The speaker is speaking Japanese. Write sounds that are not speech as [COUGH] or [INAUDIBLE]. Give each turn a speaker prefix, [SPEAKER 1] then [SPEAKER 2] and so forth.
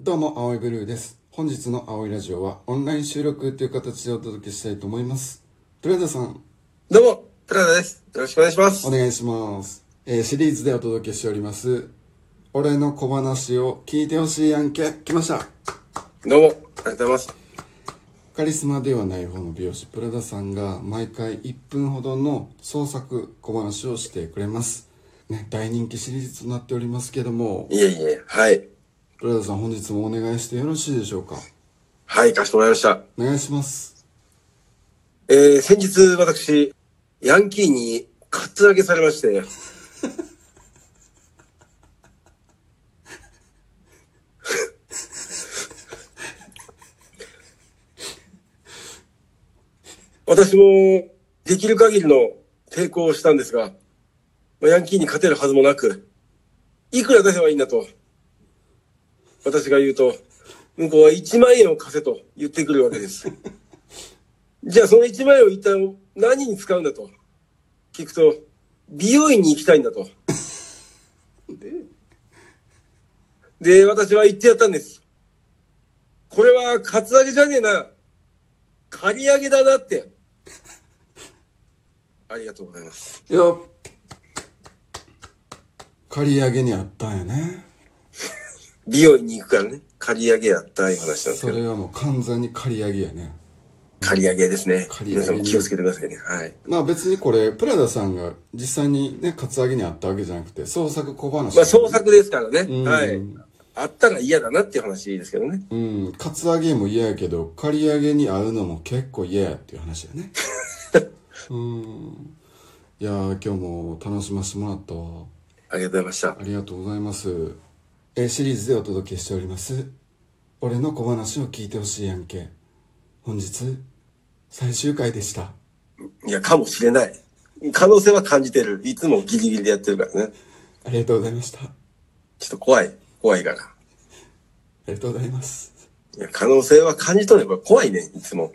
[SPEAKER 1] どうも、青いブルーです。本日の青いラジオはオンライン収録という形でお届けしたいと思います。プラダさん、
[SPEAKER 2] どうも、プラダです。よろしくお願いします
[SPEAKER 1] お。願いします。えーシリーズでお届けしております。俺の小話を聞いてほしい案件、来ました。
[SPEAKER 2] どうも、ありがとうございます。
[SPEAKER 1] カリスマではない方の美容師プラダさんが毎回1分ほどの創作小話をしてくれます。ね、大人気シリーズとなっておりますけども、
[SPEAKER 2] いえいえ、はい。
[SPEAKER 1] プラダさん本日もお願いしてよろしいでしょうか
[SPEAKER 2] はい、かしこまりました。
[SPEAKER 1] お願いします。
[SPEAKER 2] えー、先日私、ヤンキーにカツアゲされまして、私もできる限りの抵抗をしたんですが、まあヤンキーに勝てるはずもなく、いくら出せばいいんだと、私が言うと、向こうは1万円を貸せと言ってくるわけです。じゃあその1万円を一旦何に使うんだと聞くと、美容院に行きたいんだと。で、私は言ってやったんです。これはカツアゲじゃねえな。借り上げだなって。ありがとうございます。
[SPEAKER 1] よっ借り上げにあったんやね。
[SPEAKER 2] 美容院に行くからね、借り上げやったいう話なんです
[SPEAKER 1] そ
[SPEAKER 2] けど、
[SPEAKER 1] れはもう完全に借り上げやね。
[SPEAKER 2] 借り上げですね。
[SPEAKER 1] 借り上
[SPEAKER 2] 皆
[SPEAKER 1] げ
[SPEAKER 2] さんも気をつけてくださいね。はい。
[SPEAKER 1] まあ別にこれ、プラダさんが実際にね、カツアゲにあったわけじゃなくて、創作小話。
[SPEAKER 2] まあ創作ですからね。
[SPEAKER 1] うん
[SPEAKER 2] はい。あったら嫌だなっていう話ですけどね。
[SPEAKER 1] うん、カツアゲも嫌やけど、借り上げに合うのも結構嫌やっていう話や
[SPEAKER 2] [LAUGHS]
[SPEAKER 1] ね。うん。いやー、今日も楽しませてもらったわ。
[SPEAKER 2] ありがとうございました
[SPEAKER 1] あ。りがとうございます。えーシリーズでお届けしております。俺の小話を聞いてほしいやんけ。本日、最終回でした。
[SPEAKER 2] いや、かもしれない。可能性は感じてる。いつもギリギリでやってるからね。
[SPEAKER 1] ありがとうございました。あ
[SPEAKER 2] ちょっと怖い。怖いから。
[SPEAKER 1] りがとうございます。
[SPEAKER 2] いや、可能性は感じとるね。これ怖いね、いつも。